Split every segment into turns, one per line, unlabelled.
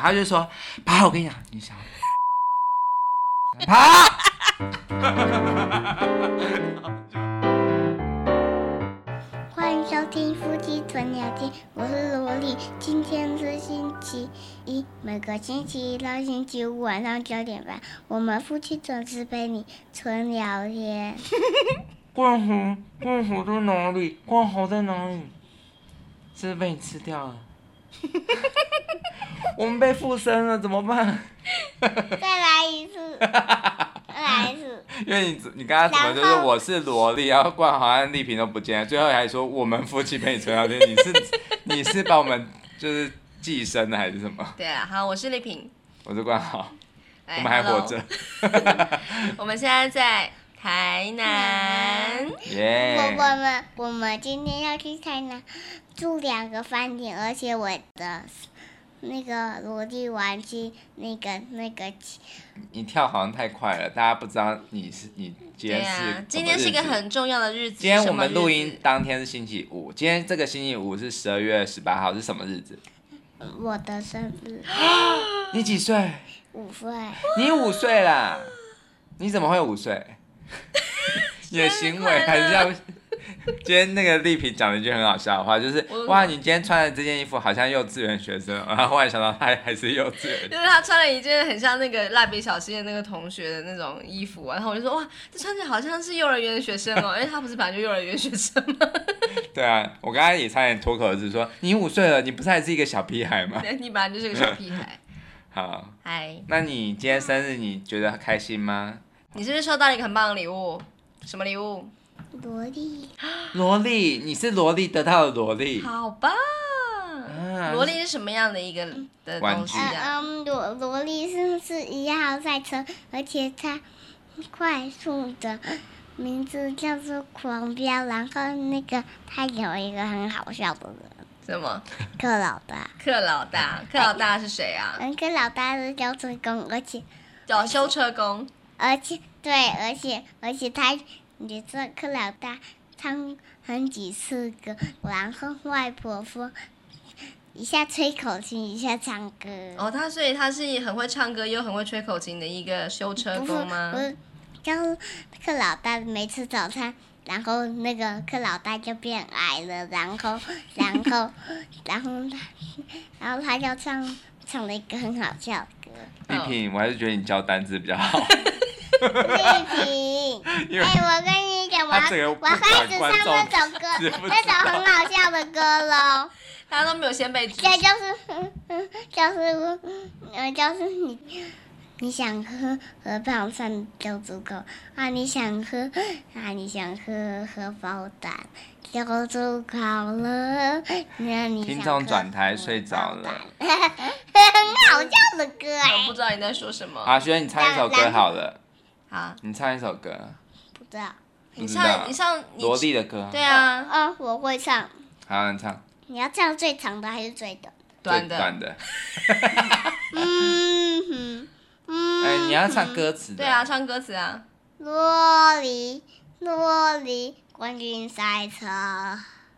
他就说爬，我跟你讲，你 想爬。
欢迎收听夫妻纯聊天，我是萝莉。今天是星期一，每个星期一到星期五晚上九点半，我们夫妻总是陪你纯聊天。
冠宏，冠宏在哪里？冠宏在哪里？是不是被你吃掉 了？我们被附身了，怎么办？
再来一次，再来一次，
因为你你刚刚怎么就
然
是
后
我是萝莉，然后冠豪和丽萍都不见了，最后还说我们夫妻陪你存聊天，你是 你是把我们就是寄生的还是什么？
对啊，好，我是丽萍，
我是冠豪，
我
我们还活着，
我们现在在台南，
我
耶、
我们我们今天要去台南住两个饭店，而且我的那个萝莉玩具那个那个
你跳好像太快了，大家不知道你是你今
对
天是、
啊，今天是一个。很重要的日子。
今天
什
我
么
们录音
日子
当天是星期五，今天这个星期五是十二月十八号，是什么日子？
我的生日
你几岁？
五岁，
你五岁啦？你怎么会五 岁？你的行为还是要。今天那个丽萍讲了一句很好笑的话，就是
我
哇，你今天穿的这件衣服好像幼稚园学生，然后忽然想到她还是幼稚园
就。是他穿了一件很像那个蜡笔小新的那个同学的那种衣服啊、然后我就说哇，这穿起来好像是幼儿园的学生哦，因为他不是本来就幼儿园学生 吗？
对啊，我刚才也差点脱口而出说你五岁了，你不是还是一个小屁孩 吗？
对哎你本来就是个小屁孩。
好，
嗨，
那你今天生日你觉得开心吗？
你是不是收到了一个很棒的礼物？什么礼物？
萝莉
萝莉，你是萝莉得到的萝莉，
啊好棒！
啊
萝莉是什么样的一个的
玩
东西
具
啊？
嗯嗯，萝萝莉是是一号赛车，而且它快速的名字叫做狂飙，然后那个它有一个很好笑的人，
什么？
克老大，
克老大，克老大是谁啊？
嗯，克老大是交通工，而且
叫修车工。
而且对，而且而且他，你知道克老大唱哼几次歌，然后外婆说一下吹口琴，一下唱歌。
哦，他所以他是很会唱歌又很会吹口琴的一个修车
不是
工吗
不？是，就是克老大每次早餐，然后那个克老大就变矮了，然后，然后，然后他，然后他就唱唱了一个很好笑的 歌。
哦
丽萍，我还是觉得你教单字比较 好，
丽萍，
因为
哎、我跟你讲，我
他
要
这个不
我要开
管
始
观
唱
众
那首歌，
知不知
那首很
道。
好笑的歌喽。
大家都没有先被知
这就是， 嗯嗯就是，呃，就是你，你想喝河蚌饭就足够啊！你想喝啊！你想喝荷包蛋就足够了。那你想
听众
喝
转台
荷
睡
包
着了
蛋 很好笑的歌
我
哎、
不知道你在说什么。
好，学你唱一首歌好了，
好，
你唱一首歌，
不知道
不
你
知道
唱你唱你
萝莉的歌。
对啊，
哦，我会唱。
好，你唱
你要唱最长的还是最短？
短
最
的
短的。
嗯哼，嗯。
哎，你要唱歌词的。
对啊，。唱歌词啊，
萝莉，萝莉，冠军赛车。
哦，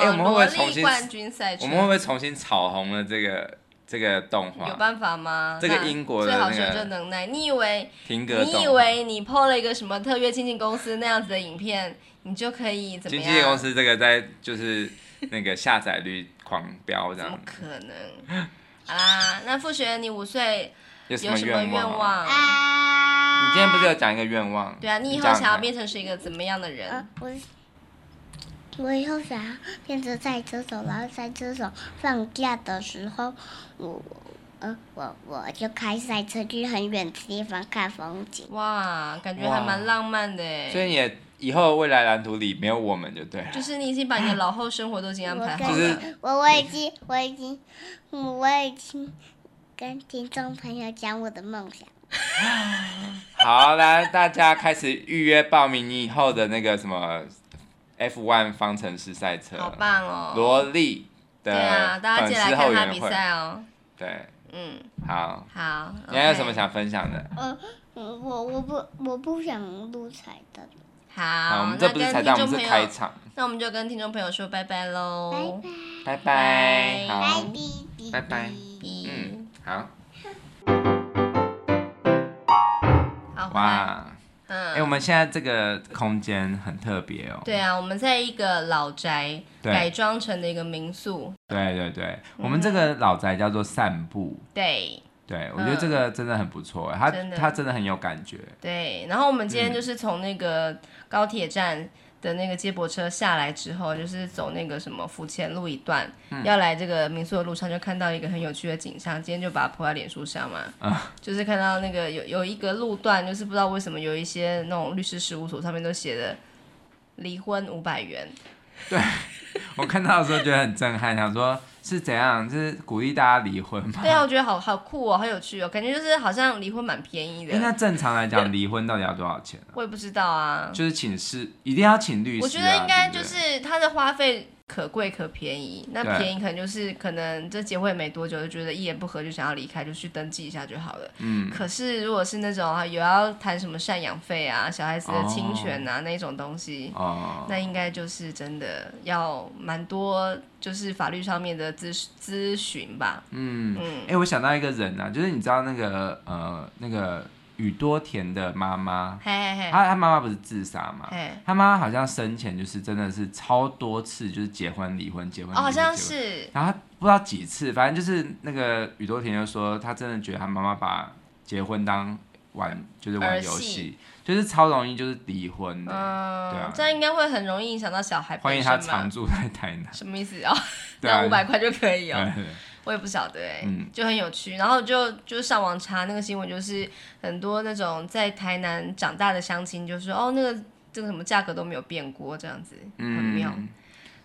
哎我们会不会
萝莉
重新
冠军赛车？
我们会不会重新炒红了这个这个动
有
画？
办法吗？
这个
那
英国的
最好
那
学
个
这能耐。你以为
停格动画。
你以为你 PO 了一个什么特约经纪公司那样子的影片，你就可以怎么
经
样？
纪公司这个在就是那个下载率狂飙这
怎么
样，
可能？好啦，那傅学你五岁
有
有什么
愿
愿
望？
望？
啊！
你今天不是有讲一个愿望？
对啊，你以后
讲
想要
看
变成是一个怎么样的人
嗯
呃？，我我以后想要变成赛车手，然后赛车手放假的时候，我呃我我就开赛车去很远的地方看风景。
哇，感觉还蛮浪漫的哎。
所以你的以后未来蓝图里没有我们就对了。
就是你已经把你的老后生活都已经安
我
排
跟
好了。
是
我我已经我已经嗯我已经跟听众朋友讲我的梦想。
好，来大家开始预约报名你以后的那个什么 F1 方程式赛车，
好棒哦！
萝莉呃的
对啊，大家
粉
记得来
丝后
看他
援
比
会。
赛哦。
对，
嗯，
好，
好。
你还有
OK
什么？想分享的？
呃，嗯我我不我不想录彩蛋。
好，我
好
们，这
那
不是彩
跟听
蛋，我
众
们
朋
是开
友，
场。
那我们就跟听众朋友说拜拜喽。
拜拜
拜拜，
拜
好
拜。比比。
拜拜。
嗯，
嗯，好
好，回来
哇，哎、我
嗯，
们现在这个空间很特别哦。
对啊，我们在一个老宅
对
改嗯装成的一个民宿，
对对对，我们这个老宅叫做散步。
对
对，我觉得这个真的很不错，它
嗯真的
它真的很有感觉。
对。然后我们今天就是从那个高铁站的那个接驳车下来之后，就是走那个什么府前路一段，要来这个民宿的路上，就看到一个很有趣的景象。今天就把它 po 在脸书上嘛， 就是看到那个有有一个路段，就是不知道为什么有一些那种律师事务所上面都写的离婚五百元，
我看到的时候觉得很震撼，想说是怎样，是鼓励大家离婚吗？
对啊，我觉得好好酷哦，好有趣哦，感觉就是好像离婚蛮便宜
哎那
的，
正常来讲，离婚到底要多少钱啊？
我也不知道啊。
就是请示，一定要请律师、啊。
我觉得应该
对
就
不对
是它的花费可贵可便宜，那
对
便宜可能就是可能这结婚没多久就觉得一言不合就想要离开，就去登记一下就好了。
嗯，
可是如果是那种啊有要谈什么赡养费啊、小孩子的侵权啊、那种东西。
哦，
那应该就是真的要蛮多，就是法律上面的咨咨询吧。
嗯，哎
嗯、
我想到一个人啊，就是你知道那个呃那个宇多田的妈妈，
嘿嘿嘿，
她她妈妈不是自杀吗？
嘿，
她妈妈好像生前就是真的是超多次，就是结婚离婚结婚离婚，
哦，好像
结婚
是，
然后他不知道几次，反正就是那个宇多田就说，他真的觉得他妈妈把结婚当玩，就是玩游
儿
戏
戏，
就是超容易就是离婚的。
嗯，
对啊
这样应该会很容易影响到小孩
欢
本
迎
身
他
吧。
常住在台 南。
什么意思哦？
对啊
那五百块就可以哦，
对
我也不晓得哎、
嗯
就很有趣。然后就就上网查那个新闻，就是很多那种在台南长大的乡亲就说，哦，那个这个什么价格都没有变过，这样子，很妙。
嗯，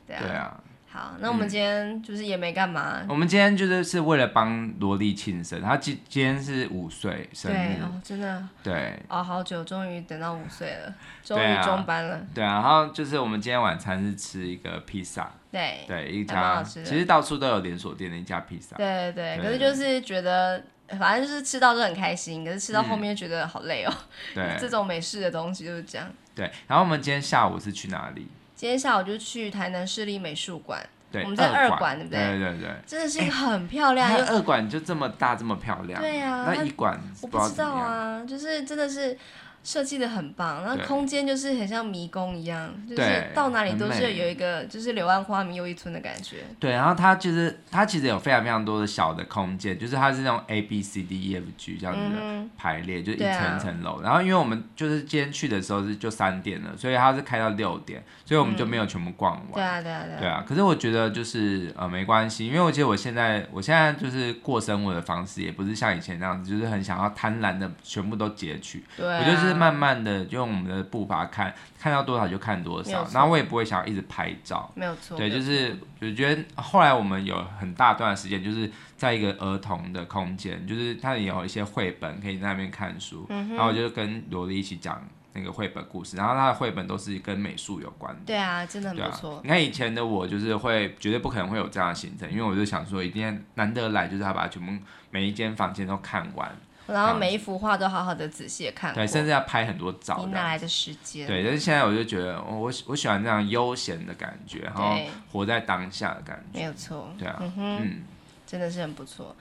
对啊。
对啊。嗯
好，那我们今天就是也没干嘛。
我们今天就是是为了帮萝莉庆生，她今今天是五岁生
对
日，
哦，真的
对
熬、好久，终于等到五岁了，终
对啊
于中班了。
对啊。然后就是我们今天晚餐是吃一个披萨，
对
对一
还蛮
家，
好吃
其
的
实到处都有连锁店的一家披萨，
对
对
对对，可是就是觉得，反正就是吃到都很开心，可是吃到后面就觉得好累哦。
嗯对
这种美式的东西就是这样。
对。然后我们今天下午是去哪里？
今天下午就去台南市立美术馆，
对，
我们在
二
二馆对不对
对对对。
真的是一个很漂亮
它
又、
哎二馆就这么大，这么漂亮。
对啊
那
它
一馆
我
不
不知
怎
道
么样。
啊，就是真的是设计的很棒，然后
对
空间就是很像迷宫一样，就是
对
到哪里都
很
是
美
有一个就是柳暗花明又一村的感觉。
对，然后它就是它其实有非常非常多的小的空间，就是它是那种 A B C D E F G 这样子的
嗯
排列，就是一
对啊
层层楼。然后因为我们就是今天去的时候是就三点了，所以它是开到六点，所以我们就没有全部逛完。
哼，嗯对啊对啊对啊，
对啊，可是我觉得就是呃没关系，因为我觉得我现在我现在就是过生活的方式也不是像以前那样子，就是很想要贪婪的全部都截取，
对啊
我就是慢慢的用我们的步伐看，看到多少就看多
没有
少，
错
然后我也不会想要一直拍照。
没有错，
对，
没
就
有
是
错
我觉得后来我们有很大段的时间，就是在一个儿童的空间，就是它也有一些绘本可以在那边看书，
嗯
然后我就跟萝莉一起讲那个绘本故事，然后它的绘本都是跟美术有关的。
对啊，真的很
对
不
啊
错，。
你看以前的我就是会绝对不可能会有这样的行程，因为我就想说一定要难得来，就是要把全部每一间房间都看完，
然后每一幅画都好好的仔细的看过，
对，甚至要拍很多照
你
这
哪
样。
来的时间？
对，但是现在我就觉得，哦我喜我喜欢这样悠闲的感觉，然后
对
活在当下的感
没
觉。
有错，
对啊
嗯哼。
嗯，
真的是很不错。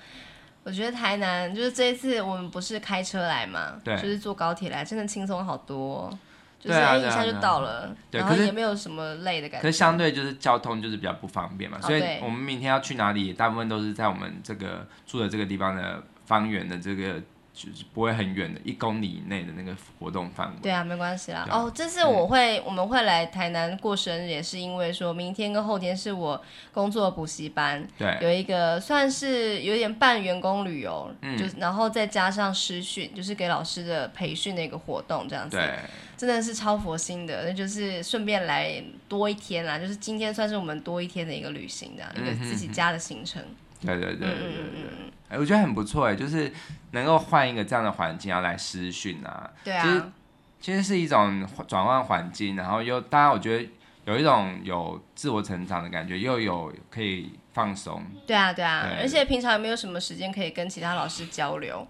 我觉得台南就是这一次我们不是开车来嘛，
对
就是坐高铁来，真的轻松好多哦、就
对
是
啊
哎、一
对啊
下就
对啊
到了，
对
然后
可是
也没有什么累的感
可
觉。
是相对就是交通就是比较不方便嘛，
哦
所以
对
我们明天要去哪里，大部分都是在我们这个住的这个地方的方圆的这个就是不会很远的一公里以内的那个活动范围。
对啊，没关系啦。
对啊
哦，这次我会、我们会来台南过生日，也是因为说明天跟后天是我工作的补习班，
对
有一个算是有点半员工旅游，
嗯
就是然后再加上师训，就是给老师的培训的一个活动这样子。
对
真的是超佛心的，那就是顺便来多一天啦，就是今天算是我们多一天的一个旅行的、一
嗯
个
哼
自己家的行程。
对对对对对
嗯嗯嗯
对。
嗯嗯，
哎、我觉得很不错哎，就是能够换一个这样的环境，然后来私训啊，
对
就是
啊，
其实是一种转换环境，然后又大家我觉得有一种有自我成长的感觉，又有可以放 松。
对啊，对啊，
对
而且平常也没有什么时间可以跟其他老师交流，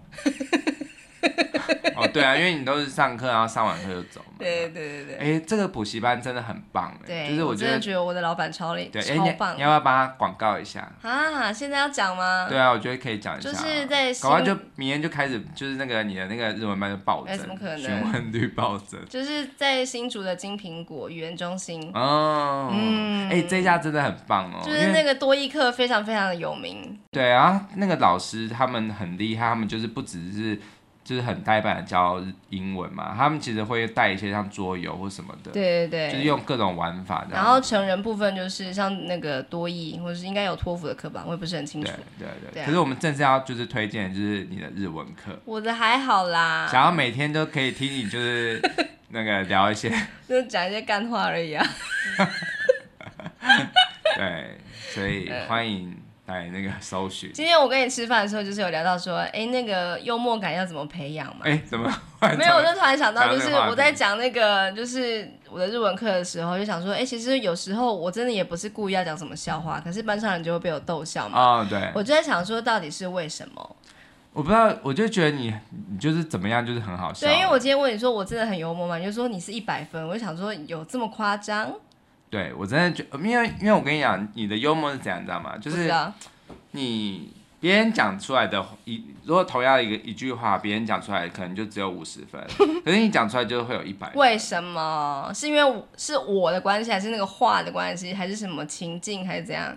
哦，对啊，因为你都是上课，然后上完课就走嘛。
对对对对
哎、这个补习班真的很棒哎，
对，
就是我觉
真的
得
觉得我的老板超厉
对，哎、
超棒
你你要不要帮他广告一下？
啊！现在要讲吗？
对啊，我觉得可以讲一下啊、
就是在
搞完
新
就明天就开始，就是那个你的那个日文班就暴增，
哎怎么可能
询问率暴增。
就是在新竹的金苹果语言中心，
哦，
嗯
哎、这家真的很棒哦，
就是
因
那
为
个多益课非常非常的有名。
对啊，那个老师他们很厉害，他们就是不只是就是很呆板的教英文嘛，他们其实会带一些像桌游或什么的，
对
就
对
是
对。
用各种玩法这样，
然后成人部分就是像那个多益，或者是应该有托福的课吧，我也不是很清
对
楚
对。对
对啊
可是我们正是要就是推荐的就是你的日文课，
我的还好啦，
想要每天都可以听你就是 那个聊一些
就讲一些干话而已啊。
对，所以
呃
欢迎来那个搜寻。
今天我跟你吃饭的时候，就是有聊到说，哎，那个幽默感要怎么培养嘛？
哎、怎么忽然
没有，我
讲
就突然想到，
讲到
就
这
是
个话题
我在讲那个，就是我的日文课的时候，就想说，哎、其实有时候我真的也不是故意要讲什么笑话，可是班上人就会被我逗笑嘛。
哦，对，
我就在想说，到底是为什么？
我不知道，我就觉得你你就是怎么样，就是很好笑。
对，因为我今天问你说我真的很幽默嘛，你就说你是一百分，我就想说有这么夸张？
对我真的觉因为因为我跟你讲，你的幽默是怎样，你知道吗？就
不知
是
道
你别人讲出来的一，如果同样的一个一句话，别人讲出来可能就只有五十 分，可是你讲出来就会有一百。
为什么？是因为我是我的关系，还是那个话的关系，还是什么情境，还是怎样？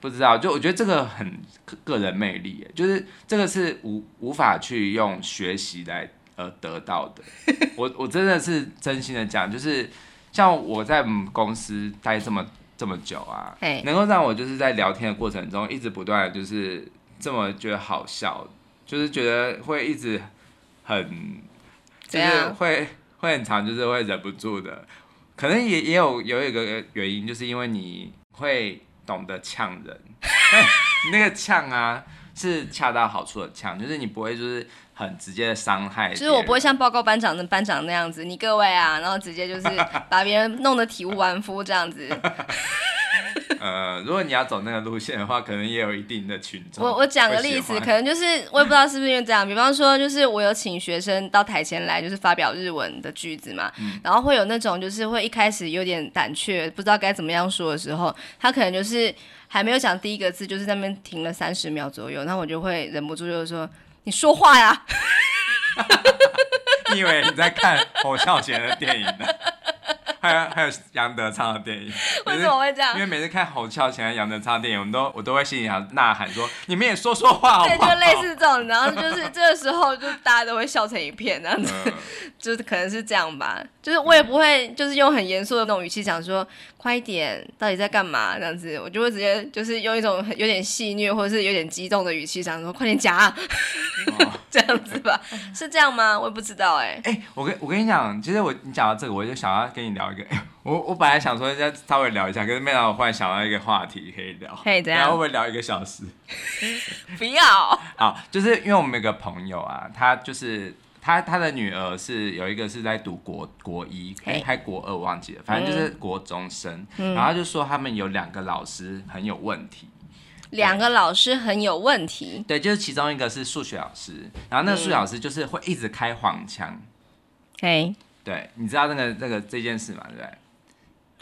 不知道，就我觉得这个很个个人魅力耶，就是这个是无无法去用学习来呃得到 的。我我真的是真心的讲，就是像我在我们公司待这么这么久啊
嘿，
能够让我就是在聊天的过程中一直不断的就是这么觉得好笑，就是觉得会一直很就
怎
是
样？
会会很长，就是会忍不住的。可能也也有有一个原因，就是因为你会懂得呛人， 那个呛啊是恰到好处的呛，就是你不会就是很直接的伤害别人，
就是我不会像报告班长的班长那样子，你各位啊，然 后直接就是把别人弄得体无完肤这样子。
呃，如果你要走那个路线的话，可能也有一定的群众。
我我讲个例子，可能就是我也不知道是不是因为这样，比方说就是我有请学生到台前来，就是发表日文的句子嘛，然后会有那种就是会一开始有点胆怯，不知道该怎么样说的时候，他可能就是还没有讲第一个字，就是在那边停了三十秒左右，那我就会忍不住就是说你说话呀，
你以为你在看侯孝贤的电影呢？ 还有还有杨德昌的电影，
为什么会这样
因？为每次看侯孝贤、杨德昌的电影，我们都我都会心里想呐喊说：“你们也说说话好
对，
不
就
好？”
类似这种，然后就是 这个时候，就大家都会笑成一片，这 样子。
嗯，
就是可能是这样吧，就是我也不会就是用很严肃的那种语气讲说快一点，到底在干嘛这样子，我就会直接就是用一种很有点戏谑或者是有点激动的语气讲说快点夹、啊、
哦
这样子吧，是这样吗？我也不知道哎、
哎、我跟我跟你讲，其实我你讲到这个，我就想要跟你聊一个。我我本来想说再稍微聊一下，可是没想到我忽然想到一个话题可以聊，
可以怎样
然后会不会聊一个小时？
不要，
好，啊就是因为我们有个朋友啊，他就是他他的女儿是有一个是在读国国一，
嘿嗯
哎，还国二我忘记了，反正就是国中生。然后他就说他们有两个老师很有问题，
两个老师很有问题，
对，就是其中一个是数学老师，然后那个
嗯
数学老师就是会一直开黄腔，
嘿，
对，你知道那个那个这件事嘛，对不对？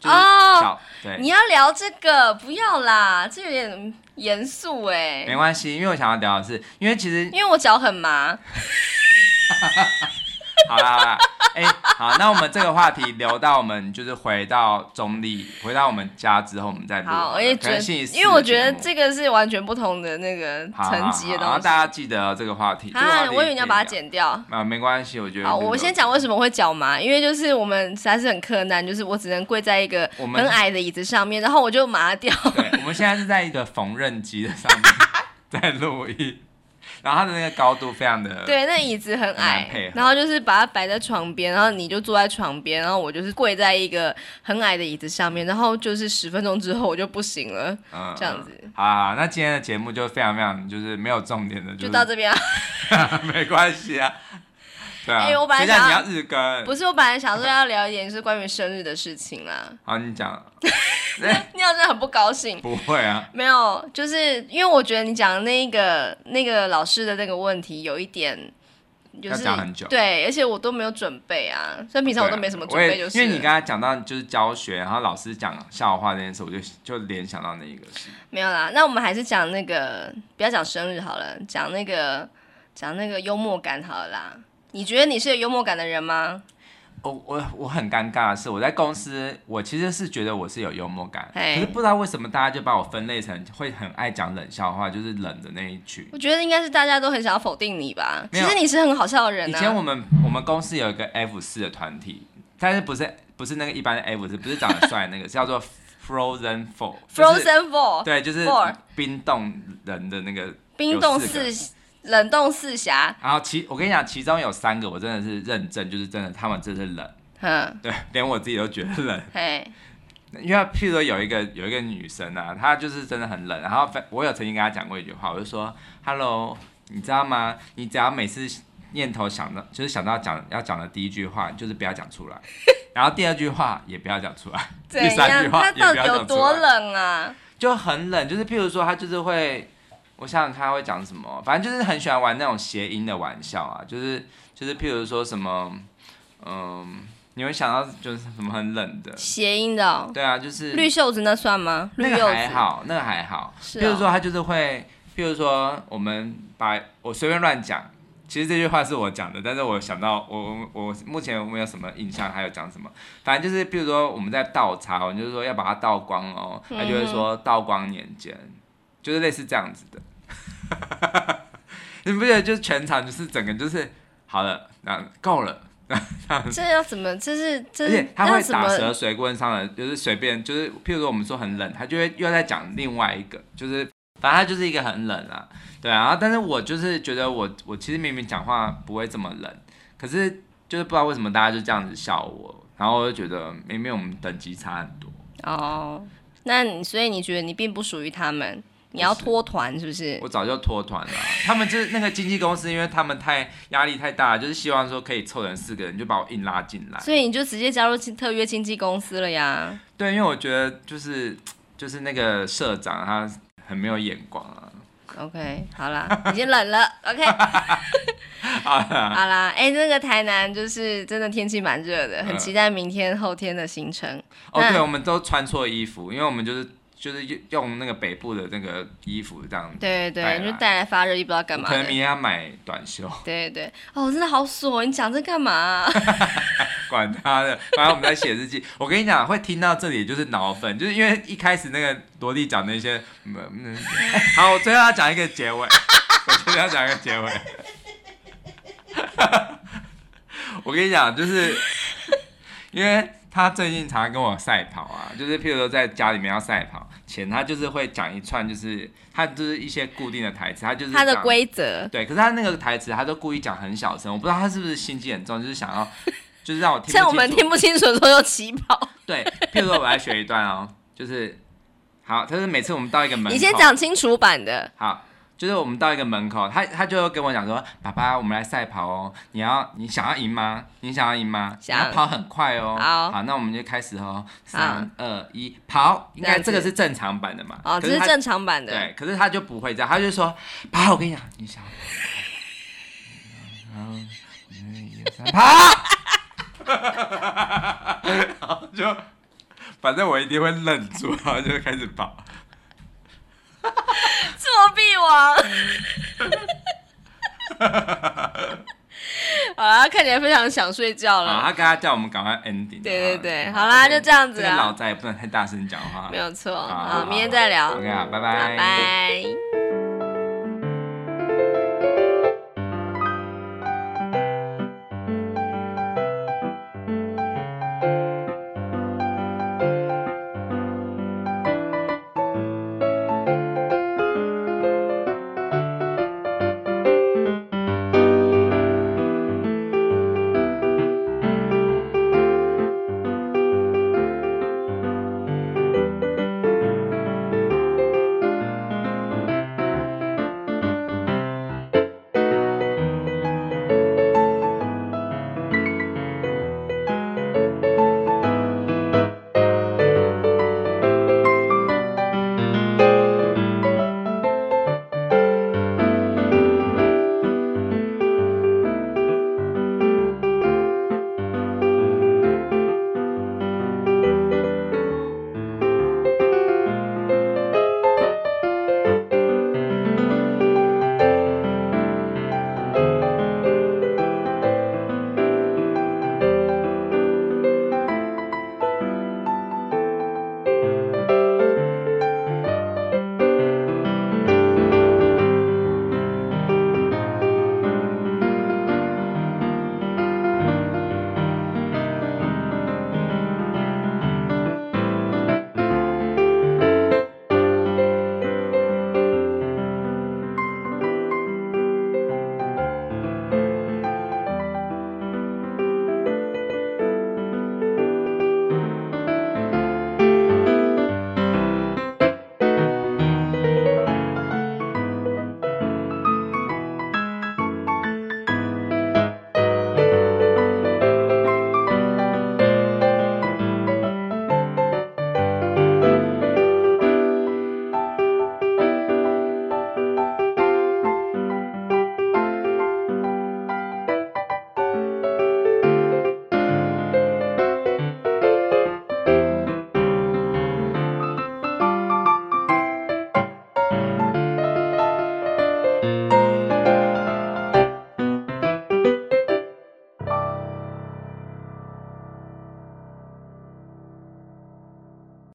就是
哦
小对，
你要聊这个不要啦，这有点严肃哎、
没关系，因为我想要聊的是，因为其实
因为我脚很麻，
好啦好啦，哎、好，那我们这个话题留到我们就是回到中立，回到我们家之后，我们再录好了。
好，我也
可
觉
能
得
星期，四
因为我
的
觉得
节目
这个是完全不同的那个
好好
层级
好
的
然后
东西。
大家记得这个话题。这个话
啊，
题
我以为你要把它
可以
剪掉。
聊。啊，没关系，我觉得。
好，我先讲为。什么会脚麻，因为就是我们实在是很困难，就是我只能跪在一个
我们
很矮的椅子上面，然后我就麻掉。
对，我们现在是在一个缝纫机的上面在录音，然后它的那个高度非常的。
对，那椅子很
呃很难配
矮
合，
然后就是把它摆在床边，然后你就坐在床边，然后我就是跪在一个很矮的椅子上面，然后就是十分钟之后我就不行了，
嗯，
这样子
好啦。好啦那今天的节目就非常非常就是没有重点的，
就是到这边啊。
没关系啊。对啊。
哎我本来
等一下
想
你
要
要日更。
不是，我本来想说要聊一点就是关于生日的事情啦，
好，你讲。
那样真的很不高兴。
不会啊。
没有，就是因为我觉得你讲的那个那个老师的那个问题有一点就
要
是
讲很久
对，而且我都没有准备啊，所以平常我都没什么准
对啊
备，
我也
就是
因
了
为你刚才讲到就是教学，然后老师讲笑话这件事，我就就联想到那一个事。
没有啦。那我们还是讲那个，不要讲生日好了，讲那个讲那个幽默感好了啦。你觉得你是有幽默感的人吗？
我哦我我很尴尬的是，我在公司，我其实是觉得我是有幽默感，
嘿
可是不知道为什么大家就把我分类成会很爱讲冷笑话，就是冷的那一群。
我觉得应该是大家都很想要否定你吧。
没
其
有
实你是很好笑的人啊
以
呐、
前我们我们公司有一个 F 四的团体，但是不是不是那个一般的 F 四，不是长得帅的那个，是叫做 Frozen Four 就是。
Frozen Four
对，就是
Four
冰冻人的那个。
冰冻
有四个
四冷冻四侠，
然后其我跟你讲，其中有三个我真的是认证，就是真的他们真的是冷，
嗯，
对， 连我自己都觉得冷。
嘿，
因为譬如说有一个有一个女生啊，她就是真的很冷。然后反我有曾经跟她讲过一句话，我就说：“Hello，你知道吗？你只要每次念头想到就是想到讲要讲的第一句话，就是不要讲出来，然后第二句话也不要讲出来，
怎
第三句
样？
话
他
也不要
到底有
讲出
多
来，
冷啊？
就很冷。就是譬如说，她就是会，我想想看她会讲什么，反正就是很喜欢玩那种谐音的玩笑啊，就是就是譬如说什么，嗯，你会想到就是什么很冷的。”
谐音的、哦，
对啊，就是
绿袖子那算吗？绿
那
柚
个
子
还好，那个还好。
是
譬如
哦
说，他就是会，譬如说，我们把我随便乱讲，其实这句话是我讲的，但是我想到我我我目前没有什么印象，还有讲什么，反正就是譬如说我们在倒茶，我们就是说要把它倒光哦，
嗯
他就会说倒光年间，就是类似这样子的。 你不觉得就是全场就是整个就是好了，那够了。
这要怎么？这是这
而
是
且他会
要怎
打
么？
蛇随棍上的，就是随便，就是譬如说我们说很冷，他就会又在讲另外一个，就是反正他就是一个很冷啊，对啊。然后但是我就是觉得我我其实明明讲话不会这么冷，可是就是不知道为什么大家就这样子笑我，然后我就觉得明明我们等级差很多，
哦，那你所以你觉得你并不属于他们，你要
是
脱团是不是
我？早就脱团了啊。他们就是那个经纪公司，因为他们太压力太大了，就是希望说可以凑成四个人就把我硬拉进来。
所以你就直接加入经特约经纪公司了呀？
对，因为我觉得就是就是那个社长他很没有眼光啊。
OK，好 啦，已经冷了。OK，
好啦
好啦，哎、那个台南就是真的天气蛮热的，很期待明天后天的行程。
嗯哦，
那
对，我们都穿错衣服，因为我们就是就是用那个北部的那个衣服这样。
对对
带
对，
来
就带来发热衣，不知道干嘛
可能
的
明。天要买短袖，
对对，哦，真的好锁，你讲这干嘛啊、
管他的， 反正我们在写日记。我跟你讲，会听到这里就是脑粉，就是因为一开始那个萝莉讲那些，嗯嗯， 好，我最后要讲一个结尾， 我最后要讲一个结尾。 我跟你讲，就是因为他最近常常跟我赛跑啊，就是譬如说在家里面要赛跑前，他就是会讲一串，就是他就是一些固定的台词，他就是
它的
讲
规则
对，可是他那个台词，他都故意讲很小声，我不知道他是不是心机很重，就是想要，就是让我听不清
趁
楚。
我们听不清楚的时候就起 跑。
对，譬如说我来学一段哦，就是好，就是每次我们到一个门口，
你先讲清楚版的，
好。就是我们到一个门口，他他就跟我讲说：“爸爸，我们来赛跑哦，你要你想要赢吗？你想要赢吗？你
想
要跑很快哦。
好
那我们就开始哦，三二一，跑！应
这
该
样子
这个是正常版的嘛？
哦，
可
这是
他
正常版的。
对，可是他就不会这样，他就说：“爸，我跟你讲，你想，然后一二三，跑！”然后就，反正我一定会愣住，然后就开始跑。
作弊王。 好啦，看起来非常想睡觉
啊，
了。
他跟他叫我们赶快 ending。
对对对
啊
好啦就这样子啊
这个老仔也不能太大声讲话
没。有错，
好
好，
啊好
明天再聊，
OK 啊，拜拜。
拜拜。